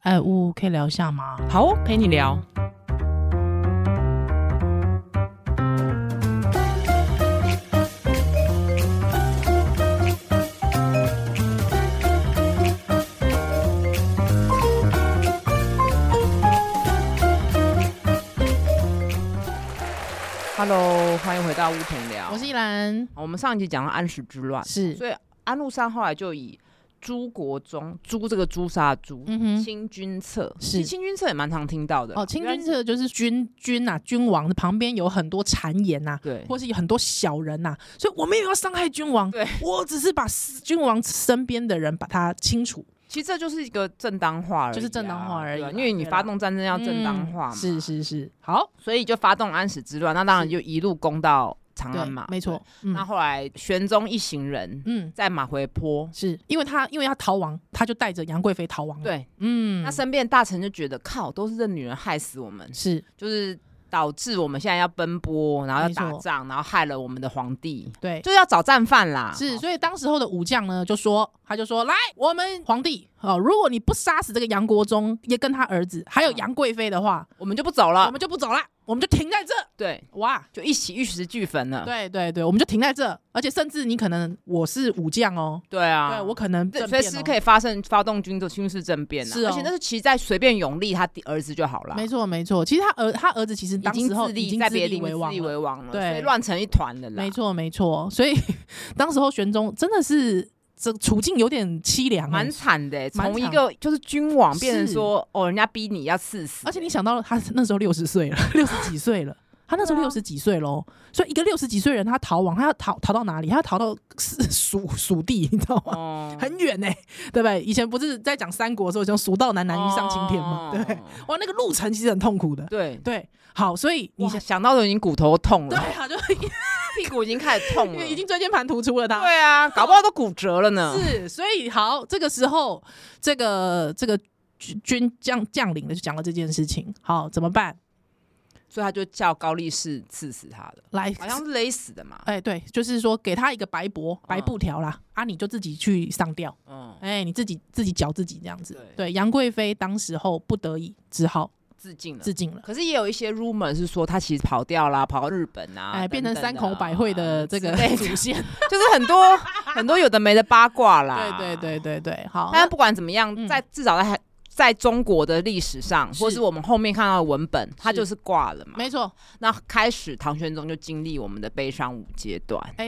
哎，呜，可以聊一下吗？好哦，陪你聊。Hello，欢迎回到屋陪聊。我是依兰，好我们上一集讲到安史之乱，是，所以安禄山后来就以朱国忠，朱这个朱砂的朱，嗯哼，清君侧是其实清君侧也蛮常听到的哦，清原君来侧就是君君呐、君王的旁边有很多谗言呐、对或是有很多小人呐、所以我没有要伤害君王，对我只是把君王身边的人把他清除，其实这就是一个正当化而已啊，就是正当化而已对啊嘛因为你对啦发动战争要正当化嘛，嗯是，是是，好，所以就发动安史之乱，那当然就一路攻到长对安嘛，，没错，对。嗯那后来玄宗一行人嗯，在马回坡，是因为他因为他逃亡，他就带着杨贵妃逃亡了，，对，嗯，那身边的大臣就觉得靠，都是这女人害死我们，是就是导致我们现在要奔波，然后要没打错仗，然后害了我们的皇帝，对，就是要找战犯啦，是，所以当时候的武将呢，就说，他就说，来，我们皇帝，哦，如果你不杀死这个杨国忠，也跟他儿子还有嗯杨贵妃的话，我们就不走我了，们就不走了，我们就停在这，对，哇，就一起玉石俱焚了，对对对，我们就停在这，而且甚至你可能我是武将哦，对啊，对我可能对，政随变时哦可以发生发动军的军事政变啊！是哦而且那是其实在随便永历他弟儿子就好了，没错没错，其实他儿他儿子其实已当经时候自已立经在自别立地为自王立了。为王了，对所以乱成一团了啦，没错，没错，所以 当时候玄宗真的是这处境有点凄凉、蛮欸，惨的欸。蛮从一惨个就是君王变成是说哦，人家逼你要赐死，而且你想到他那时候六十岁了，六十几岁了，他那时候对啊六十几岁喽，所以一个六十几岁的人他逃亡，他要逃逃到哪里？他要逃到蜀 蜀蜀地，你知道吗？哦，很远呢、对不对？以前不是在讲三国的时候，讲蜀道难，难于上青天嘛，对不对？哦哇，那个路程其实很痛苦的。对。对，好，所以你你想，想到都已经骨头痛对了，啊，就屁股已经开始痛因了，为 已经椎间盘突出了他。嗯对啊，搞不好都骨折了呢。是，所以好，这个时候，这个这个军军将将领呢就讲了这件事情，好怎么办？所以他就叫高力士刺死他的，来，好像是勒死的嘛。哎、对，就是说给他一个白帛白布条啦，啊，你就自己去上吊，嗯，哎、你自己自己绞自己这样子。对对，杨贵妃当时候不得已，只好自尽了。自尽了。可是也有一些 rumor 是说他其实跑掉啦，跑到日本啊，哎，变成等等三啊口百惠的这个之类的 祖先，就是很多很多有的没的八卦啦。对对。对对对，好，但不管怎么样，嗯在至少在在中国的历史上，是或是我们后面看到的文本，它是就是挂了嘛。没错，那开始唐玄宗就经历我们的悲伤五阶段，哎，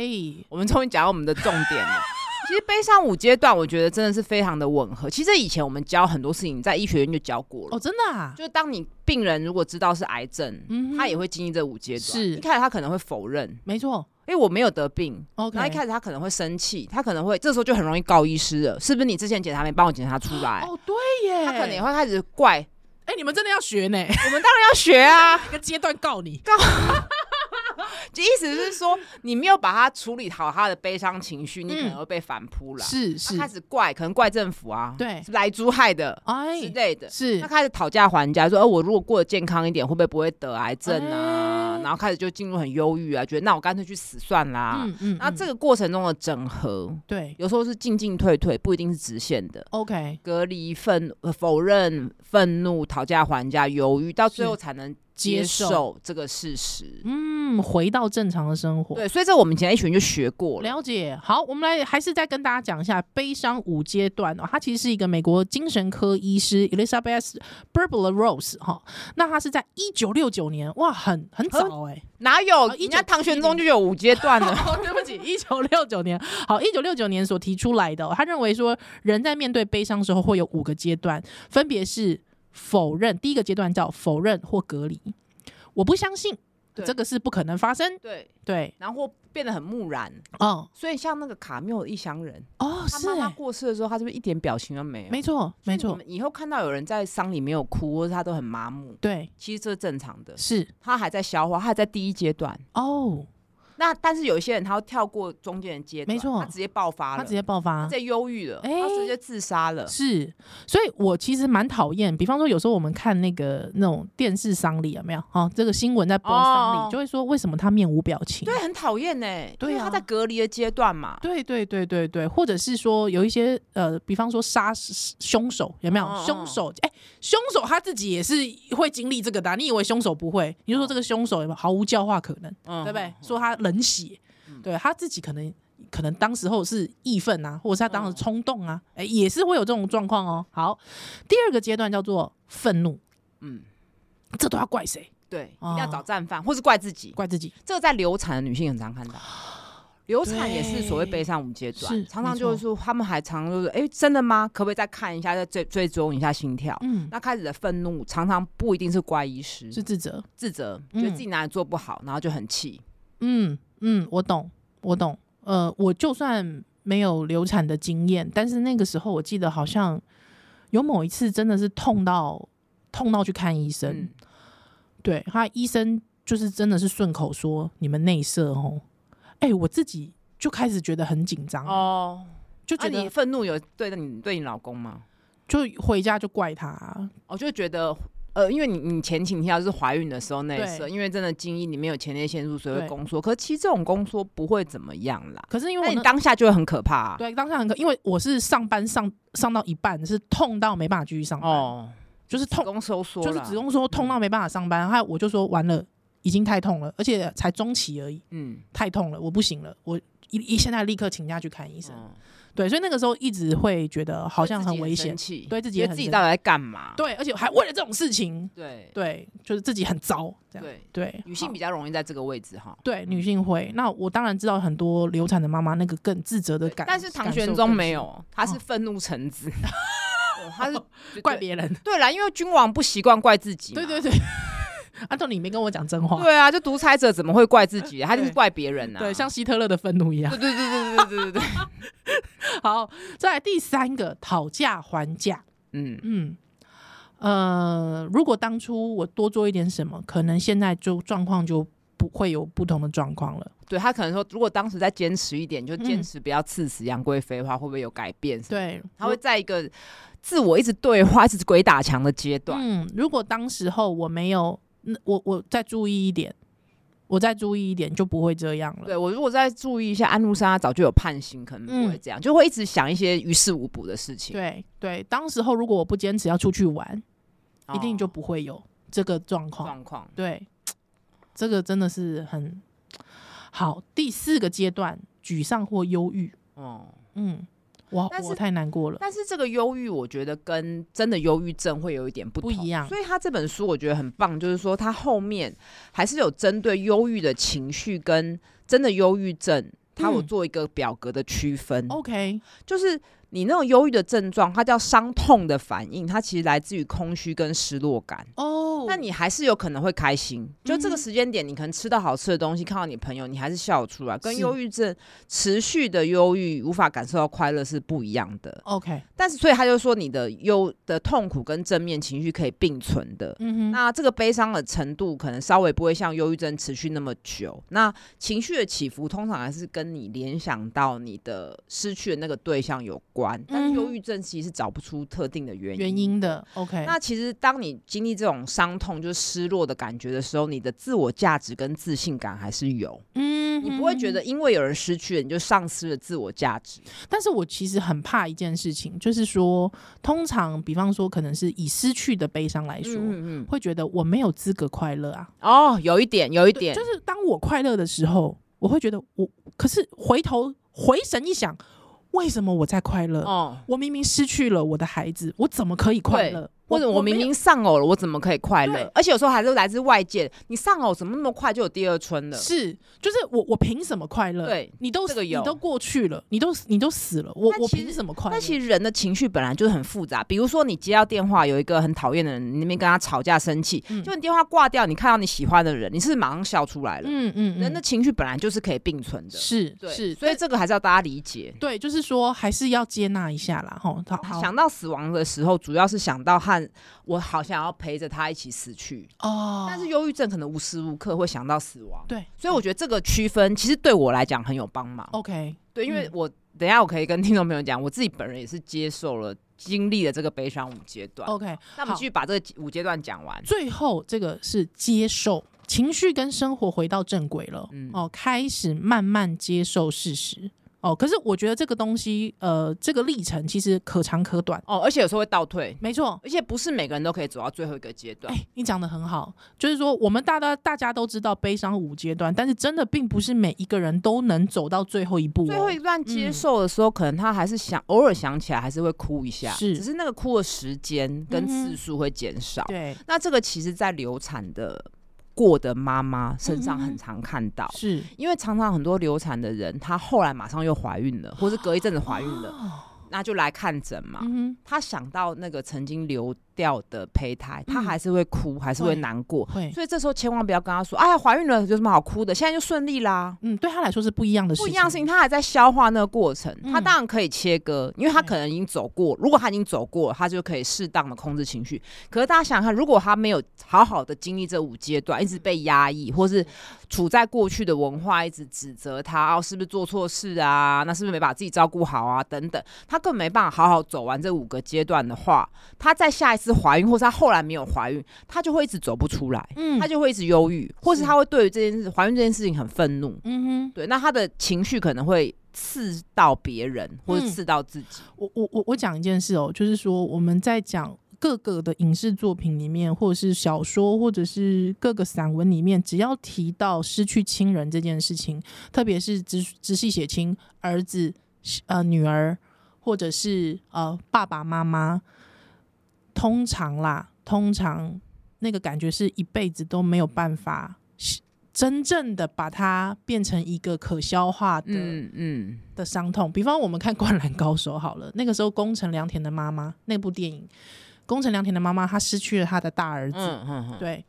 我们终于讲到我们的重点了。 其实悲伤五阶段，我觉得真的是非常的吻合。其实以前我们教很多事情，在医学院就教过了。哦，真的啊，就当你病人如果知道是癌症，嗯哼他也会经历这五阶段。是一开始他可能会否认，没错因为我没有得病。 ，OK，然后一开始他可能会生气，他可能会这时候就很容易告医师了，是不是你之前检查没帮我检查出来？哦，对耶，他可能也会开始怪，哎，你们真的要学 呢，我们当然要学啊。一个阶段告你，就意思是说，你没有把他处理好他的悲伤情绪，你可能会被反扑了。嗯是他是，开始怪，可能怪政府啊，对是来猪害的哎之，类的。是他开始讨价还价，说：“哦，我如果过得健康一点，会不会不会得癌症啊？”哎然后开始就进入很忧郁啊，觉得那我干脆去死算啦。嗯嗯，那嗯这个过程中的整合，对有时候是进进退退，不一定是直线的。 ，OK，隔离、愤、呃否认、愤怒、讨价还价、犹豫，到最后才能接接受，受这个事实。嗯，回到正常的生活，对，所以这我们以前一群就学过了。了解，好，我们来还是再跟大家讲一下悲伤五阶段哦。他其实是一个美国精神科医师 Elizabeth Burbler Rose 哈、那他是在一九六九年，哇，很很早哎、哪有？哦人家唐玄宗就有五阶段了。 哦，对不起， 一九六九年，好，一九六九年所提出来的哦、他认为说人在面对悲伤的时候会有五个阶段，分别是否认，第一个阶段叫否认或隔离，我不相信对这个是不可能发生，对，对，然后变得很木然。嗯，所以像那个卡缪一行人，哦，他是妈妈哎，过世的时候，他是不是一点表情都没有？没错，没所以错你，们以后看到有人在丧里没有哭，或者他都很麻木，对，其实这是正常的。是他还在消化，他还在第一阶段。哦。那但是有一些人他要跳过中间的阶段，没错他直接爆发了，他直接爆发他直。接忧郁了，哎他直接自杀了。是，所以我其实蛮讨厌，比方说有时候我们看那个那种电视丧礼有没有？哦，这个新闻在播丧礼，哦哦就会说为什么他面无表情？对，很讨厌呢，对啊因为他在隔离的阶段嘛，对对对对对，或者是说有一些呃，比方说杀死凶手有没有？哦哦凶手哎、凶手他自己也是会经历这个的啊、你以为凶手不会？你就说哦这个凶手有没有毫无教化可能，嗯对不对？说他冷血，对他自己可能可能当时候是义愤啊，或者是他当时嗯冲动啊，哎、也是会有这种状况哦。好，第二个阶段叫做愤怒，嗯，这都要怪谁？对，一哦定要找战犯，或是怪自己。怪自己。这个在流产的女性很常 看到，流产也是所谓悲伤无阶是段，常常没就错是说他们还常就是，哎，真的吗？可不可以再看一下，再追追踪一下心跳？嗯，那开始的愤怒常常不一定是怪医师，是自责。自责，嗯觉得自己哪里做不好，然后就很气。嗯嗯，我懂，我懂。呃，我就算没有流产的经验，但是那个时候我记得好像有某一次真的是痛到痛到去看医生，嗯，对他医生就是真的是顺口说你们内射哦，哎、我自己就开始觉得很紧张，哦，嗯就那觉你得愤怒有对着你对你老公吗？就回家就怪他、啊我就觉得，呃，因为你你前情提到是怀孕的时候那一次，对因为真的精液里面有前列腺素，所以对会宫缩。可是其实这种宫缩不会怎么样啦，可是因为我那你那当下就会很可怕、啊。对当下很可，因为我是上班上上到一半是痛到没办法继续上班，哦，就是子痛宫收缩就是啦嗯子，宫说痛到没办法上班，还有我就说完了，已经太痛了，而且才中期而已，嗯，太痛了，我不行了，我一一现在立刻请假去看医生。嗯对，所以那个时候一直会觉得好像很危险自，己很生气对自己觉也得很自己生到底在干嘛？对，而且还为了这种事情，对啊对，就是自己很糟，这样对，对，女性好比较容易在这个位置哈。对女性会。那我当然知道很多流产的妈妈那个更自责的感，但是唐感受玄更宗深没，有，他是愤怒成 子，对他 是怪别人，对啦，因为君王不习惯怪自己嘛，对对 对。安东尼，你没跟我讲真话，对啊，就独裁者怎么会怪自己？他就是对怪别人啊，对，像希特勒的愤怒一样对。对对对对对对对，好，再来第三个，讨价还价。 嗯，嗯，呃，如果当初我多做一点什么，可能现在就状况就不会有不同的状况了。对他可能说，如果当时再坚持一点，就嗯坚持不要刺死杨贵妃的话，会不会有改变？，对，他会在一个自我一直对话、一直鬼打墙的阶段。嗯，如果当时候我没有，嗯我我再注意一点，我再注意一点，就不会这样了。对我如果再注意一下，安禄山她早就有判刑，可能不会这样，就会一直想一些于事无补的事嗯情，对对，当时候如果我不坚持要出去玩，哦一定就不会有这个状况。状况。对，这个真的是很好。第四个阶段，沮丧或忧郁。哦、嗯，我但是我太难过了。但是这个忧郁，我觉得跟真的忧郁症会有一点不同不一样所以他这本书我觉得很棒，就是说他后面还是有针对忧郁的情绪跟真的忧郁症，他嗯有哦做一个表格的区分。 OK，就是你那种忧郁的症状，它叫伤痛的反应，它其实来自于空虚跟失落感。哦，那你还是有可能会开心，就这嗯个时间点，你可能吃到好吃的东西，看到你朋友，你还是笑得出来。跟是忧郁症持续的忧郁，无法感受到快乐是不一样的。哦 OK，但是所以他就说，你的忧的痛苦跟正面情绪可以并存的。嗯哼，那这个悲伤的程度可能稍微不会像忧郁症持续那么久。那情绪的起伏通常还是跟你联想到你的失去的那个对象有关，但是忧郁症其实找不出特定的原嗯因。原因的 OK，那其实当你经历这种伤痛，就是失落的感觉的时候，你的自我价值跟自信感还是有，嗯你哼不会觉得。因为有人失去了，你就丧失了自我价值。但是我其实很怕一件事情，就是说，通常比方说，可能是以失去的悲伤来说，嗯嗯嗯，会觉得我没有资格快乐啊。哦，有一点，有一点就，是当我快乐的时候，我会觉得我，可是回头回神一想，为什么我在快乐？哦。我明明失去了我的孩子，我怎么可以快乐？或者我没明有明丧偶了，我怎么可以快对乐？而且有时候还是来自外界，你丧偶怎么那么快就有第二春了？是，就是我，我凭什么快乐？对你都这个你有都过去了，你都你都死了，我但我其凭实什么快乐？但其实人的情绪本来就是很复杂，比如说你接到电话，有一个很讨厌的人，你那边跟他吵架生气，嗯就你电话挂掉，你看到你喜欢的人，你是不是马上笑出来了。嗯嗯，嗯人的情绪本来就是可以并存的，是对，是，所以但这个还是要大家理解。对，就是说还是要接纳一下啦，吼，好，好想到死亡的时候，主要是想到和看我好想要陪着他一起死去，哦，但是忧郁症可能无时无刻会想到死亡，对，所以我觉得这个区分其实对我来讲很有帮忙。 OK，对，因为嗯我等一下我可以跟听众朋友讲，我自己本人也是接受了经历了这个悲伤五阶段。 OK，那哦我们好哦继续把这个五阶段讲完。最后这个是接受情绪跟生活回到正轨了，嗯哦，开始慢慢接受事实。哦，可是我觉得这个东西，呃，这个历程其实可长可短。哦，而且有时候会倒退，没错，而且不是每个人都可以走到最后一个阶段哎、。你讲的很好，就是说我们大家大家都知道悲伤五阶段，但是真的并不是每一个人都能走到最后一步、哦。最后一段接受的时候，可能他还是想偶尔想起来，还是会哭一下，是只是那个哭的时间跟嗯哼次数会减少。对，那这个其实，在流产的过的妈妈身上嗯哼很常看到，是因为常常很多流产的人，她后来马上又怀孕了，或是隔一阵子怀孕了，哦那就来看诊嘛。嗯她想到那个曾经流掉的胚胎，她嗯还是会哭，还是会会难过哼，。会，所以这时候千万不要跟她说：“哎呀，怀孕了有什么好哭的？现在就顺利啦。”嗯，对他来说是不一样的事不情，一样的事情，他还在消化那个过程，嗯他当然可以切割，因为他可能已经走过。如果他已经走过了，他就可以适当的控制情绪。可是大家想想看，如果他没有好好的经历这五阶段，一直被压抑，或嗯是处在过去的文化一直指责他，哦，是不是做错事啊？那是不是没把自己照顾好啊？等等，他更没办法好好走完这五个阶段的话，他在下一次怀孕，或是他后来没有怀孕，他就会一直走不出来，嗯，他就会一直忧郁，或是是他会对于这件事怀孕这件事情很愤怒。嗯对，那他的情绪可能会刺到别人，或者嗯刺到自己。哼，我我我我讲一件事哦，就是说我们在讲。各个的影视作品里面，或者是小说，或者是各个散文里面，只要提到失去亲人这件事情，特别是直直系血亲、儿子、呃女儿，或者是呃爸爸妈妈，通常啦，通常那个感觉是一辈子都没有办法真正的把它变成一个可消化的、嗯嗯，的伤痛。比方我们看《灌篮高手》好了，那个时候宫城良田的妈妈那部电影，宫城良田的妈妈她失去了她的大儿子，嗯嗯嗯，对。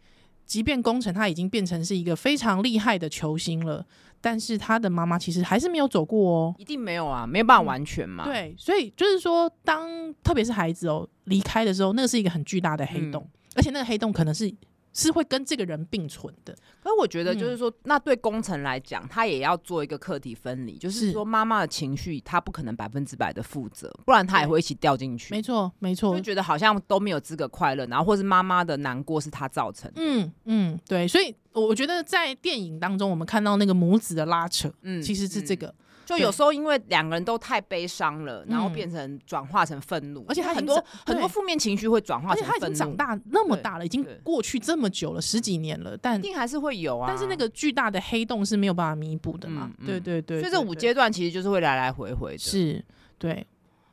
即便宫城他已经变成是一个非常厉害的球星了，但是他的妈妈其实还是没有走过哦。一定没有啊，没有办法完全嗯嘛。对，所以就是说，当特别是孩子哦离开的时候，那个是一个很巨大的黑洞，嗯而且那个黑洞可能是是会跟这个人并存的。可是我觉得就是嗯说，那对工程来讲，他也要做一个课题分离，就是是说妈妈的情绪，他不可能百分之百的负责，不然他也对会一起掉进没去。错，没错就，觉得好像都没有资格快乐，然后或是妈妈的难过是他造成的。嗯嗯，对，所以我我觉得在电影当中，我们看到那个母子的拉扯，嗯其实是这个，就对有时候因为两个人都太悲伤了，然后嗯变成转化成愤怒，而且他已很经多长很多对负面情绪会转化而且成他已愤经怒，长大那么对大了，已经对过去这么久了，十几年了，但一定还是会有啊。但是那个巨大的黑洞是没有办法弥补的嘛？嗯嗯对对对所以这对五对阶段其实就是会来来回回的。，是对，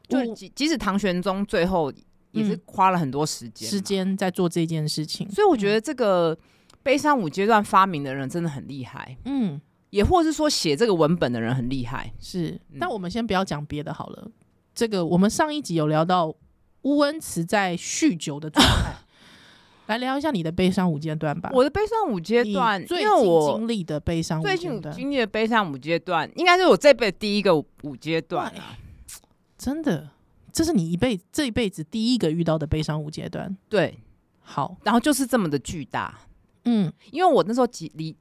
就即即使唐玄宗最后也是嗯花了很多时间嘛、嗯时间在做这件事情，所以我觉得这个悲伤五阶段发明的人真的很厉害，嗯。也或是说写这个文本的人很厉害。是嗯，但我们先不要讲别的好了。这个我们上一集有聊到乌恩慈在酗酒的状态，来聊一下你的悲伤五阶段吧。我的悲伤五阶你段，因最为近我经历的悲伤五最阶近段，经历的悲伤五阶段，应该是我这辈子第一个五五阶段哇啊。真的，这是你一辈这一辈子第一个遇到的悲伤五阶段。对，好，然后就是这么的巨大，嗯，因为我那时候离离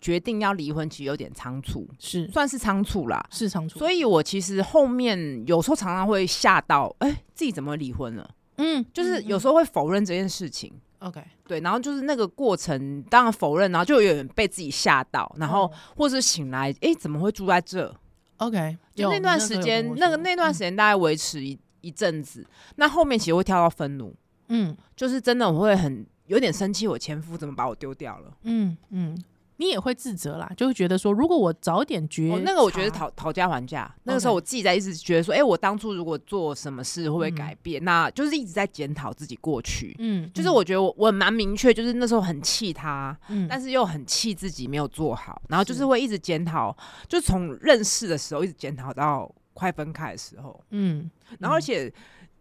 决定要离婚，其实有点仓促，是算是仓促啦。市场主，所以我其实后面有时候常常会吓到，哎、自己怎么离婚了？嗯，就是有时候、候会否认这件事情，嗯 OK，对，然后就是那个过程，当然否认，然后就有点被自己吓到，然后或是醒来，哎、怎么会住在这？哦 OK，就有那你段时时候有间跟我，那个说嗯那段时间大概维持一一阵子，那后面其实会跳到愤怒，嗯就是真的我会很有点生气，我前夫怎么把我丢掉了？嗯嗯，你也会自责啦，就会觉得说，如果我早点觉、哦，那个我觉得。讨讨价还价。那个时候 OK 我自己在一直觉得说，哎、我当初如果做什么事会不会改变？那就是一直在检讨自己过去。嗯，就是我觉得我我蛮明确，就是那时候很气他，嗯，嗯但是又很气自己没有做好，然后就是是会一直检讨，就从认识的时候一直检讨到快分开的时候，嗯，然后而嗯且。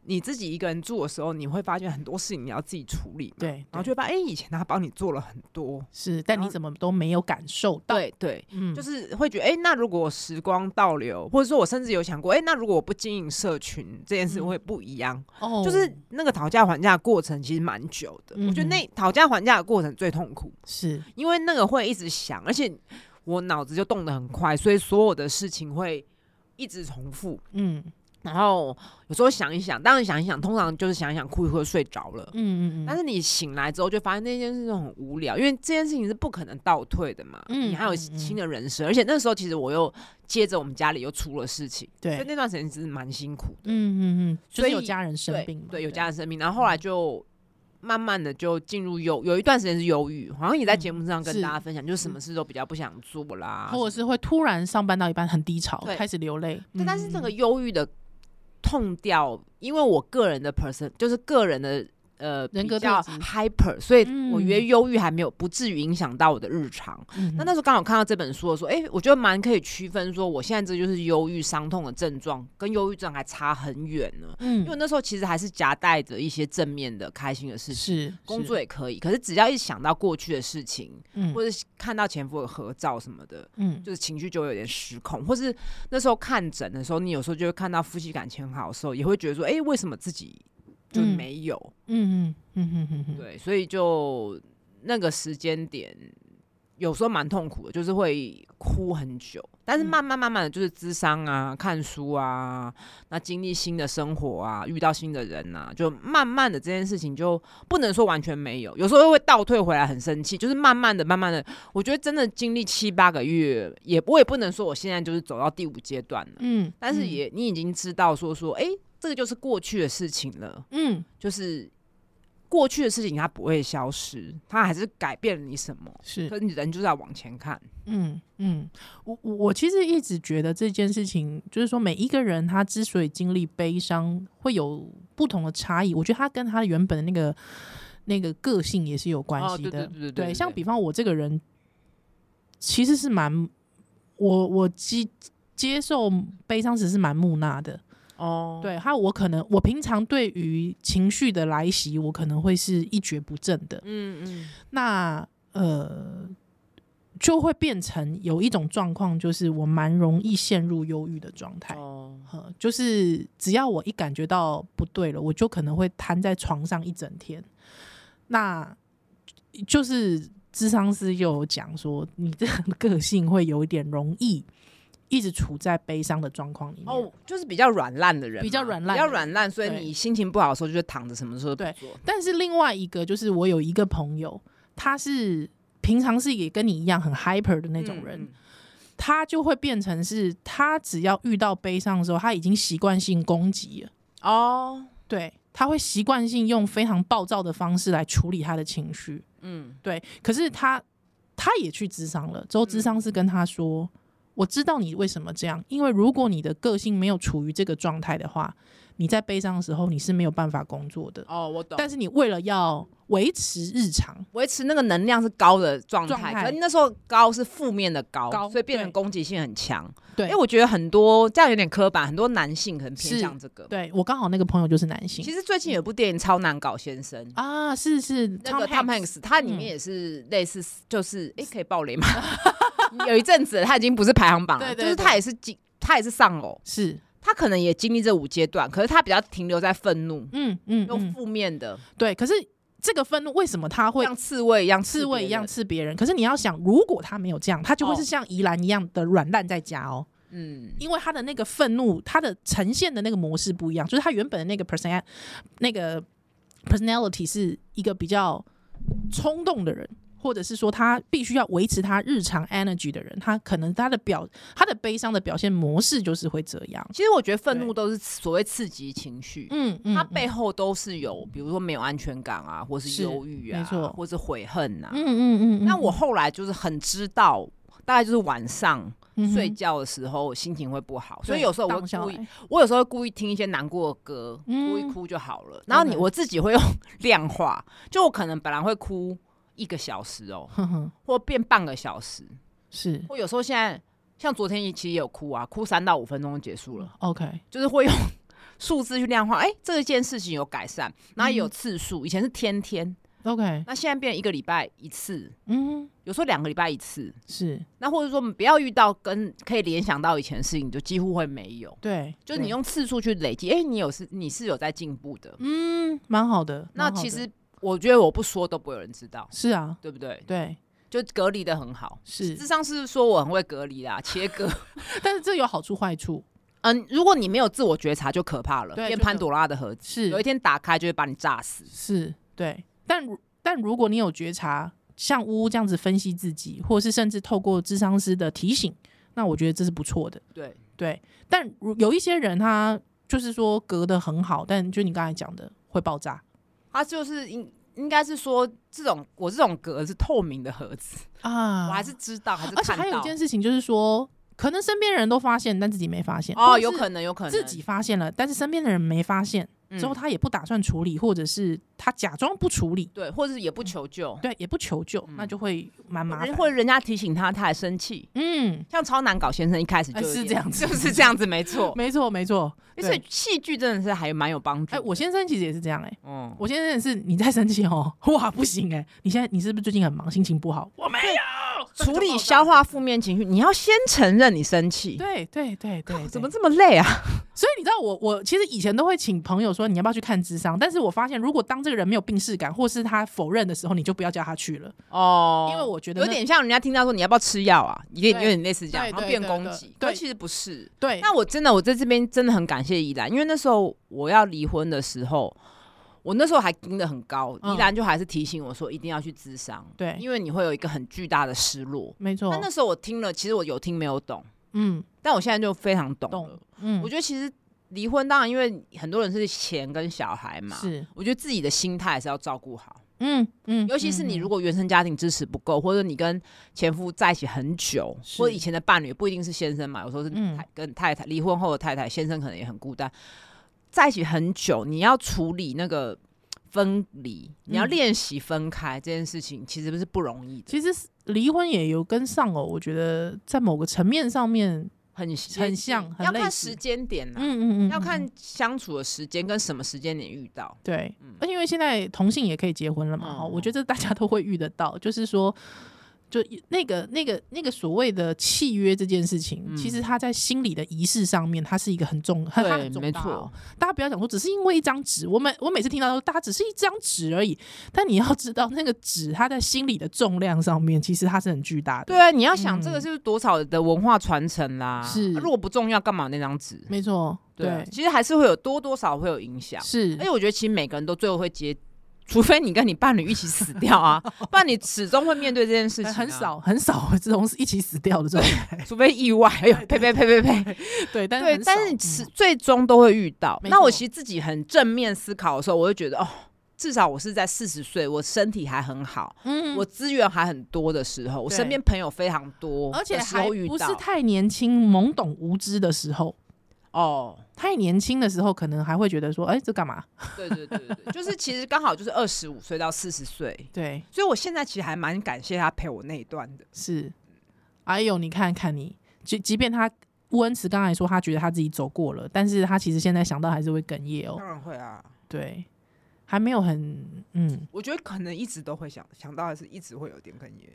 你自己一个人住的时候，你会发现很多事情你要自己处理嘛，对，然后对就会发现，哎、以前他帮你做了很多，是，但然你后怎么都没有感受到，对对，嗯，就是是会觉得，哎、那如果我时光倒流，或者说我甚至有想过，哎、那如果我不经营社群这件事嗯会不一样，哦，就是那个讨价还价的过程其实蛮久的，我嗯觉哼得那讨价还价的过程最痛苦，是因为那个会一直想，而且我脑子就动得很快，所以所有的事情会一直重复。嗯然后有时候想一想，当然想一想，通常就是想一想哭一哭就睡着了。嗯嗯嗯，但是你醒来之后，就发现那件事情很无聊，因为这件事情是不可能倒退的嘛。嗯你还有嗯新的人生，而且那时候其实我又接着我们家里又出了事情，所以对，那段时间其实蛮辛苦哎嗯的。嗯嗯，就所是有以家人生对病嘛，嗯对，有家人生病，然后后来就慢慢的就进入忧，有一段时间是忧郁，好像也在节目上嗯是嗯跟大家分享，就是什么事都比较不想做啦，或者是会突然上班到一半很低潮，对开始流泪，对，但是那个嗯忧郁的痛调，因为我个人的 person 就是个人的呃人格比较特质 hyper，所以我嗯觉得忧郁还没有不至于影响到我的日常。嗯那那时候刚好看到这本书的时候，哎、我觉得蛮可以区分，说我现在这就是忧郁伤痛的症状，跟忧郁症还差很远呢。嗯因为我那时候其实还是夹带着一些正面的、开心的事情，是工是作也可以。可是只要一想到过去的事情，嗯或者看到前夫的合照什么的，嗯就是情绪就会有点失控，或是那时候看诊的时候，你有时候就会看到夫妻感情很好的时候，也会觉得说，哎、为什么自己就嗯没有？嗯嗯嗯嗯嗯，对，所以就那个时间点，有时候蛮痛苦的，就是会哭很久。但是嗯慢慢慢慢的，就是智商啊、看书啊，那经历新的生活啊，遇到新的人啊，就慢慢的这件事情就不能说完全没有，有时候又会倒退回来，很生气。就是慢慢的、慢慢的，我觉得真的经历七八个月，也我也不能说我现在就是走到第五阶段了，嗯，但是嗯也你已经知道说说，哎、这个就是过去的事情了。嗯就是过去的事情它不会消失，它还是改变了你什么。是可是你人就是要往前看，嗯嗯，我我我其实一直觉得这件事情，就是说每一个人他之所以经历悲伤，会有不同的差异。我觉得他跟他原本的那个那个个性也是有关哦系对的。对对对对对像比方我这个人，其实是蛮我我接接受悲伤时是蛮木讷的。哦，对，还有我可能我平常对于情绪的来袭，我可能会是一蹶不振的。嗯嗯，那呃，就会变成有一种状况，就是我蛮容易陷入忧郁的状态。哦，呃就是只要我一感觉到不对了，我就可能会瘫在床上一整天。那就是智商师又有讲说，你这个个性会有一点容易一直处在悲伤的状况里面。哦，就是比较软烂的人嘛，比较软烂比的较人软烂，所以对你心情不好的时候就是躺着，什么时候对不做，但是另外一个就是我有一个朋友，他是平常是也跟你一样很 hyper 的那种人，嗯，嗯他就会变成是他只要遇到悲伤的时候，他已经习惯性攻击了，哦，对，他会习惯性用非常暴躁的方式来处理他的情绪，嗯，对。可是他他也去咨商了，之后咨商是跟他说。我知道你为什么这样，因为如果你的个性没有处于这个状态的话，你在悲伤的时候你是没有办法工作的。哦，我懂，但是你为了要维持日常，维持那个能量是高的状状态，态可是那时候高是负面的高，高所以变对成攻击性很强。对因为我觉得很多这样有点刻板，很多男性可能偏是向这个。对我刚好那个朋友就是男性其实最近有部电影《超难搞先生》，啊，是是那个 Tom Tom Hanks，嗯 Hanks，他里面也是类似，就是诶、可以 爆雷吗？有一阵子他已经不是排行榜了，对对就是他也是经，他也是上楼，是他可能也经历这五阶段，可是他比较停留在愤怒，嗯嗯用嗯，负面的，对。可是这个愤怒为什么他会像刺猬一样，刺猬一样刺刺别人？可是你要想，如果他没有这样，他就会哦是像宜兰一样的软烂在家哦，别人，嗯，因为他的那个愤怒，他的呈现的那个模式不一样，就是他原本的那个 person 那个 personality 是一个比较冲动的人。或者是说他必须要维持他日常 energy 的人，他可能他的表他的悲伤的表现模式就是会这样。其实我觉得愤对怒都是所谓刺激情绪。嗯嗯，它嗯背后都是有，比如说没有安全感啊，或是是忧郁没啊错，或是悔恨啊。嗯嗯嗯嗯，那我后来就是很知道，大概就是晚上嗯哼睡觉的时候心情会不好，对所以有时候我荡下会故意来，我有时候会故意听一些难过的歌，嗯哭一哭就好了。然后你 OK 我自己会用量化，就我可能本来会哭一个小时哦，哼哼，或变半个小时，是或有时候嗯现在像昨天其实也有哭啊，哭三到五分钟就结束了， OK，就是会用数字去量化，哎、这件事情有改嗯善，然后也有次数，以前是天天， OK，那现在变一个礼拜一次，嗯，有时候两个礼拜一次。是那或者说，不要遇到跟可以联想到以前的事情，就几乎会没有。对，就对你用次数去累积，哎、你有是你是有在进步的。嗯，蛮好的。那蛮好其的实我觉得我不说都不会有人知道，是啊，对不对？对，就隔离的很好。是智，商是说我很会隔离啦，切 割。但是这有好处坏处，嗯，如果你没有自我觉察，就可怕了，对变就可潘朵拉的盒子，是有一天打开就会把你炸死。是，对。但如但如果你有觉察，像呜呜这样子分析自己，或是甚至透过智商师的提醒，那我觉得这是不错的。对，对，但如有一些人他就是说隔得很好，但就你刚才讲的会爆炸他就是应应该是说，这种我这种格是透明的盒子，啊我还是知道，还是而且看到。还有一件事情就是说，可能身边人都发现，但自己没发现哦，有可能能，有可能自己发现了，但是身边的人没发现，之后、嗯他也不打算处理，或者是他假装不处理，对，或者是也不求救，对，也不求救，嗯那就会蛮麻人烦。或者人家提醒他，他还生气。嗯，像超难搞先生一开始就哎有是点这样子 就是这样子，没错。 没错没错，所以对戏剧真的是还蛮有帮助。哎、我先生其实也是这样哎、嗯，我先生也是，你在生气哦， 哇，不行哎、你现在你是不是最近很忙，心情不好？我没 有处理消，化负面情绪，你要先承认你生气。对对对对，对 怎么这么累啊？所以你知道我，我其实以前都会请朋友说你要不要去看智商，但是我发现如果当这个人没有病视感，或是他否认的时候，你就不要叫他去了，哦因为我觉得有那点像人家听到说你要不要吃药啊，有点对有点类似这样，对然后对变对攻对击。对但其实不是。对，那我真的我在这边真的很感谢依兰，因为那时候我要离婚的时候，我那时候还盯得很高，嗯依兰就还是提醒我说一定要去咨商，对因为你会有一个很巨大的失落。没错那，那时候我听了，其实我有听没有懂，嗯但我现在就非常懂了。懂嗯，我觉得其实离婚当然因为很多人是钱跟小孩嘛，是我觉得自己的心态还是要照顾好。嗯嗯，尤其是你嗯如果原生家庭支持不够，或者你跟前夫在一起很久，是或者以前的伴侣不一定是先生嘛，有时候是嗯太跟太太离婚后的太太，先生可能也很孤单，在一起很久，你要处理那个分离，你要嗯练习分开这件事情，其实不是不容易的，其实是离婚也有跟丧偶，我觉得在某个层面上面，很很像很要类看似时间点啊啦，嗯嗯嗯，要嗯看相处的时间跟什么时间点遇 到。对嗯，而且因为现在同性也可以结婚了嘛，哈、嗯我觉得大家都会遇得到，就是说，就那个那个那个所谓的契约这件事情，嗯其实它在心理的仪式上面，它是一个很重，它它很重没大错哦。，大家不要想说只是因为一张纸，我每我每次听到说大家只是一张纸而已，但你要知道那个纸它在心理的重量上面，其实它是很巨大的。对，啊，你要想这个嗯就是多少的文化传承啦，是啊如果不重要，干嘛有那张纸？没错，对啊对，，其实还是会有多多少会有影响。是而且我觉得其实每个人都最后会接， 除非你跟你伴侣一起死 掉啊，不然你始终会面对这件事情、啊很，少很少这种是一起死掉的这种，除非意外。哎呦，呸呸呸呸呸！对，但是对很，但少是嗯你始最终都会遇到。没那我错其实自己很正面思考的时候，我就觉得哦。至少我是在四十岁，我身体还很好，嗯我资源还很多的时候，我对身边朋友非常多，而且时还候遇不是到太年轻、懵懂无知的时候。哦，太年轻的时候，可能还会觉得说，哎、这干嘛？对对对对，对，就是其实刚好就是二十五岁到四十岁，对，所以我现在其实还蛮感谢他陪我那一段的。是。哎呦，你看看你，即即便他乌恩慈刚才说他觉得他自己走过了，但是他其实现在想到还是会哽咽哦。然会啊，对，还没有很，嗯，我觉得可能一直都会想想到，还是一直会有点哽咽。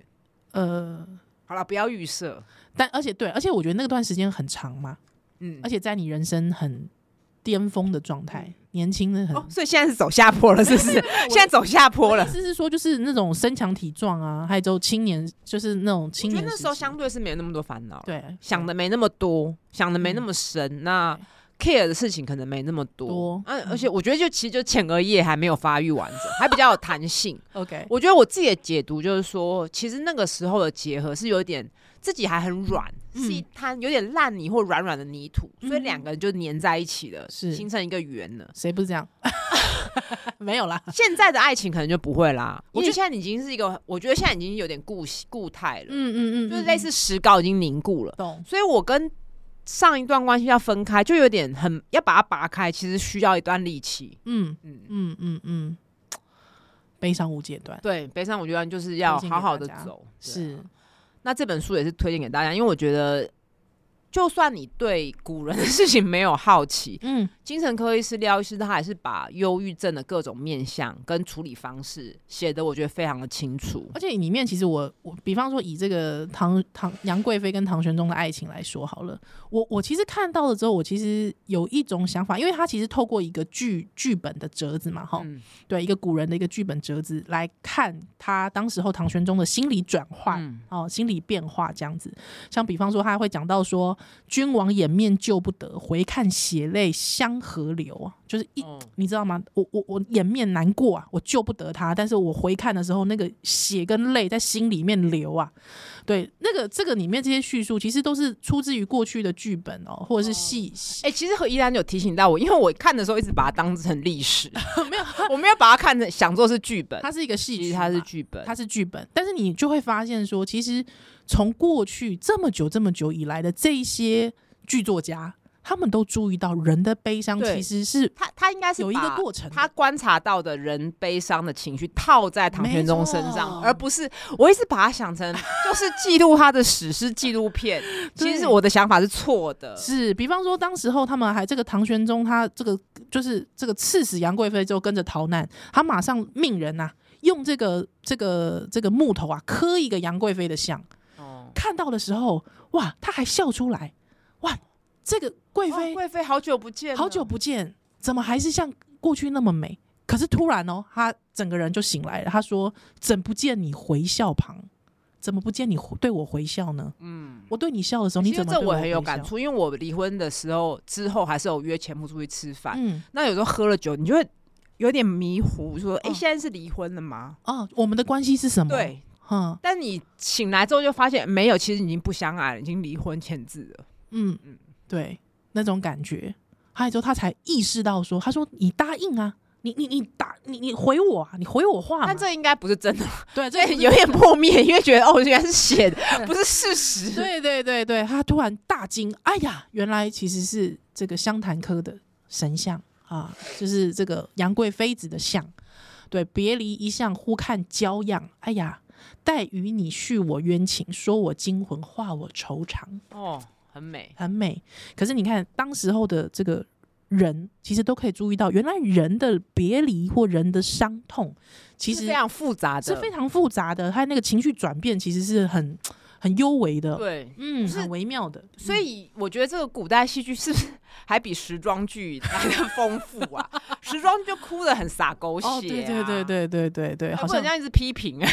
呃，好了，不要预设，但而且对，而且我觉得那段时间很长嘛，嗯而，且在你人生很巅峰的状态，年轻的很。哦，所以现在是走下坡了，是不是？ 现在走下坡我的了意。思是说，就是那种身强体壮啊，还有就青年，就是那种我青觉年得时期。那时候相对是没有那么多烦恼，，对想的没那么多，想的没嗯那么深，那 care 的事情可能没那么多。多嗯、嗯而且我觉得就其实就前额叶还没有发育完整，还比较有 弹性。 OK，我觉得我自己的解读就是说，其实那个时候的结合是有点自己还很软，嗯是一滩有点烂泥或软软的泥土，所以两个人就粘在一起了，是形成一个圆了。谁不是这样？ 没有啦，现在的爱情可能就不会啦， 我我觉得觉得现在已经是一个，我觉得现在已经有点固固态了，嗯嗯嗯，就是嗯类似石膏已经凝固了嗯。懂，所以我跟上一段关系要分开，就有点很要把它拔开，其实需要一段力气。嗯嗯，嗯嗯嗯，悲伤无解断对，啊悲伤我觉得就是要推荐给好好的大家走，对啊是那这本书也是推荐给大家，因为我觉得就算你对古人的事情没有好奇，嗯，精神科医师、廖医师，他还是把忧郁症的各种面向跟处理方式写的，我觉得非常的清楚。而且里面其实我我，比方说以这个唐唐杨贵妃跟唐玄宗的爱情来说好了，我我其实看到了之后，我其实有一种想法，因为他其实透过一个剧剧本的折子嘛，哈、嗯对，一个古人的一个剧本折子来看他当时候唐玄宗的心理转换。嗯哦，心理变化这样子，像比方说，他会讲到说，君王掩面救不得，回看血泪相和流啊，就是一嗯你知道吗？我我我掩面难过啊，我救不得他，但是我回看的时候，那个血跟泪在心里面流啊。对，那个这个里面这些叙述，其实都是出自于过去的剧本哦，或者是戏。哎、其实何依然有提醒到我，因为我看的时候一直把它当成历史，没有，我 没有把它看成想做是剧本，它是一个戏其剧实嘛，它是剧本。它是剧本，但是你就会发现说，其实从过去这么久、这么久以来的这一些剧作家，他们都注意到人的悲伤对其实是他他应该是有一个把过程的。他观察到的人悲伤的情绪套在唐玄宗身没上，错而不是我一直把它 想成就是记录他的史诗纪录片。对其实我的想法是错的，是，比方说当时候他们还这个唐玄宗，他这个就是这个刺死杨贵妃之后跟着逃难，他马上命人呐、用这个这个这个木头啊刻一个杨贵妃的像。哦看到的时候，哇，他还笑出来，哇，这个贵哦妃贵妃好久不见了，好久不见，怎么还是像过去那么美？可是突然哦，他整个人就醒来了，他说：“怎不见你回笑旁？怎么不见你回对我回笑呢？嗯。我对你笑的时候，你其实怎么这对我回很有感笑？触，因为我离婚的时候之后还是有约前夫出去吃饭，嗯，那有时候喝了酒，你就会有点迷糊，说：“哎、嗯现在是离婚了吗哦，我们的关系是什？”么？，对，嗯但你醒来之后就发现没有，其实已经不相爱了，已经离婚签字了。嗯嗯对，那种感觉。还有之后，他才意识到说，他说你答应啊，你你你答你你回我啊，你回我话 嘛。但这应该不是真的，对，这这个有点破灭，因为觉得哦，原来是 写的，不是事实。对对对对，他突然大惊，哎呀，原来其实是这个湘潭科的神像啊，就是这个杨贵妃子的像。对，别离一向忽看娇样，哎呀，待与你续我冤情，说我惊魂，化我愁肠，哦，很美。很美。可是你看，当时候的这个人，其实都可以注意到，原来人的别离或人的伤痛，其是实非常复杂的，是非常复杂的，他那个情绪转变其实是很很幽微的。对。嗯，是很微妙的，所以我觉得这个古代戏剧是不是还比时装剧来的丰富 啊？时装剧就哭的很洒狗血、啊哦，对对对对对对对，哎好不像能这样一直批评、 哎，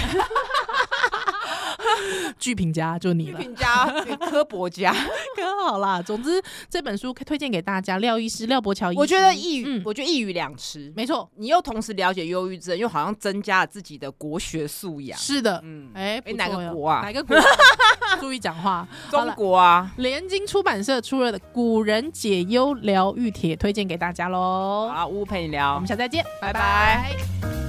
剧评家就你批了，评家、科 博家，可好啦。总之，这本书推荐给大家，廖医师、廖伯乔医师，我觉得一语，嗯我觉得一语两吃。没错，你又同时了解忧郁症，又好像增加了自己的国学素养。是的，嗯，哎，不错哪个哟国啊哪个国？ 注意讲 话。好中了，国啊，联经出版社出了的《古人解忧疗愈帖》，推荐给大家好喽。啦，呜呜陪你我聊们，下次再见，拜拜拜拜